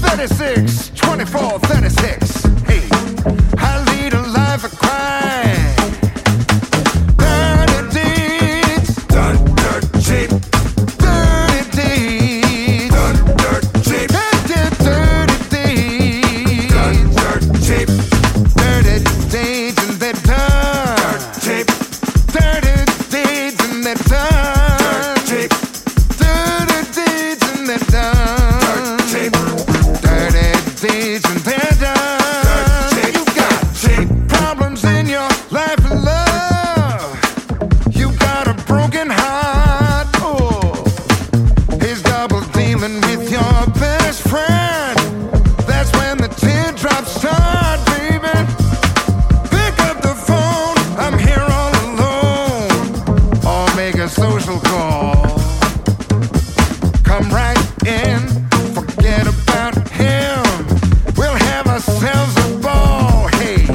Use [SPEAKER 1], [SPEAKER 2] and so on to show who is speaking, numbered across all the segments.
[SPEAKER 1] 26, 24, 36. Hey, I lead a life of crime. Dirty deeds,
[SPEAKER 2] Thunder cheap,
[SPEAKER 1] dirty deeds.
[SPEAKER 2] thunder cheap,
[SPEAKER 1] Dirty deeds,
[SPEAKER 2] thunder cheap,
[SPEAKER 1] dirty deeds, and they're done.
[SPEAKER 2] cheap,
[SPEAKER 1] Dirty deeds, and they're done.
[SPEAKER 2] cheap,
[SPEAKER 1] Dirty deeds, and they're done. Dirty deeds and
[SPEAKER 2] cheap,
[SPEAKER 1] they're done.
[SPEAKER 2] cheap,
[SPEAKER 1] You got
[SPEAKER 2] cheap,
[SPEAKER 1] problems in your life and love. You got a broken heart. Oh, he's double dealing with your best friend. That's when the teardrops start, baby. Pick up the phone. I'm here all alone. Or make a social call come right in. Forget about him. We'll have ourselves a ball. Hey,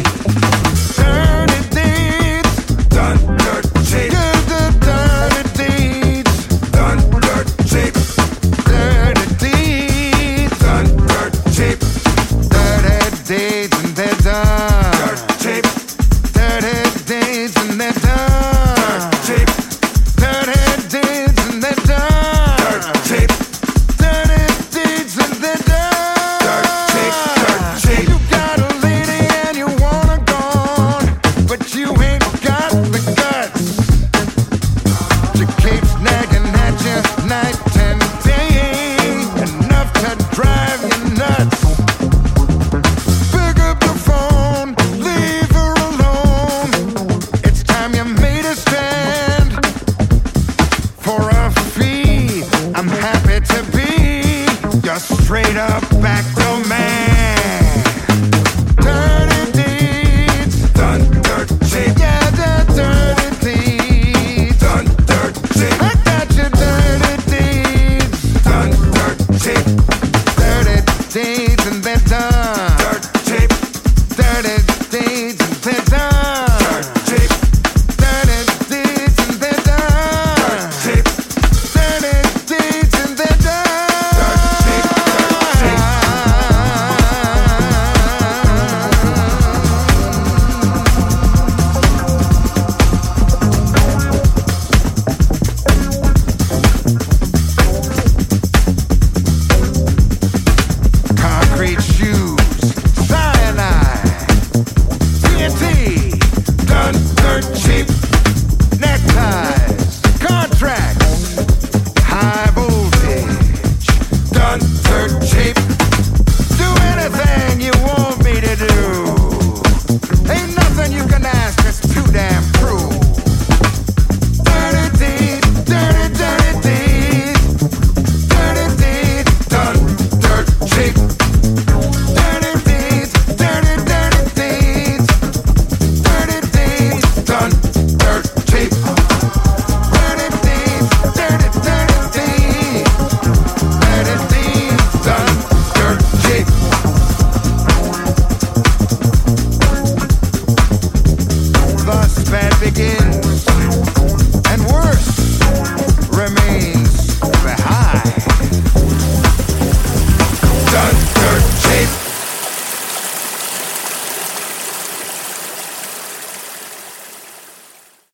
[SPEAKER 1] dirty deeds,
[SPEAKER 2] thunder cheap,
[SPEAKER 1] good the dirty deeds,
[SPEAKER 2] thunder cheap,
[SPEAKER 1] dirty deeds,
[SPEAKER 2] thunder cheap,
[SPEAKER 1] dirty deeds, and they're done.
[SPEAKER 2] cheap,
[SPEAKER 1] Dirty deeds, and they're done.
[SPEAKER 2] cheap,
[SPEAKER 1] Dirty deeds, and they're done.
[SPEAKER 2] cheap,
[SPEAKER 1] Dirty deeds, and they're done.
[SPEAKER 2] cheap, dirty.
[SPEAKER 1] You got a lady and you wanna gone, but you ain't got the guts. She keeps nagging at you night and day, enough to drive you nuts. Pick up the phone, leave her alone. It's time you made a stand. For a fee, I'm happy to be your straight up backdoor man. Dirty deeds,
[SPEAKER 2] thunder cheap,
[SPEAKER 1] yeah, the dirty deeds.
[SPEAKER 2] thunder cheap,
[SPEAKER 1] I got your dirty deeds,
[SPEAKER 2] thunder cheap,
[SPEAKER 1] dirty deeds, and they're done.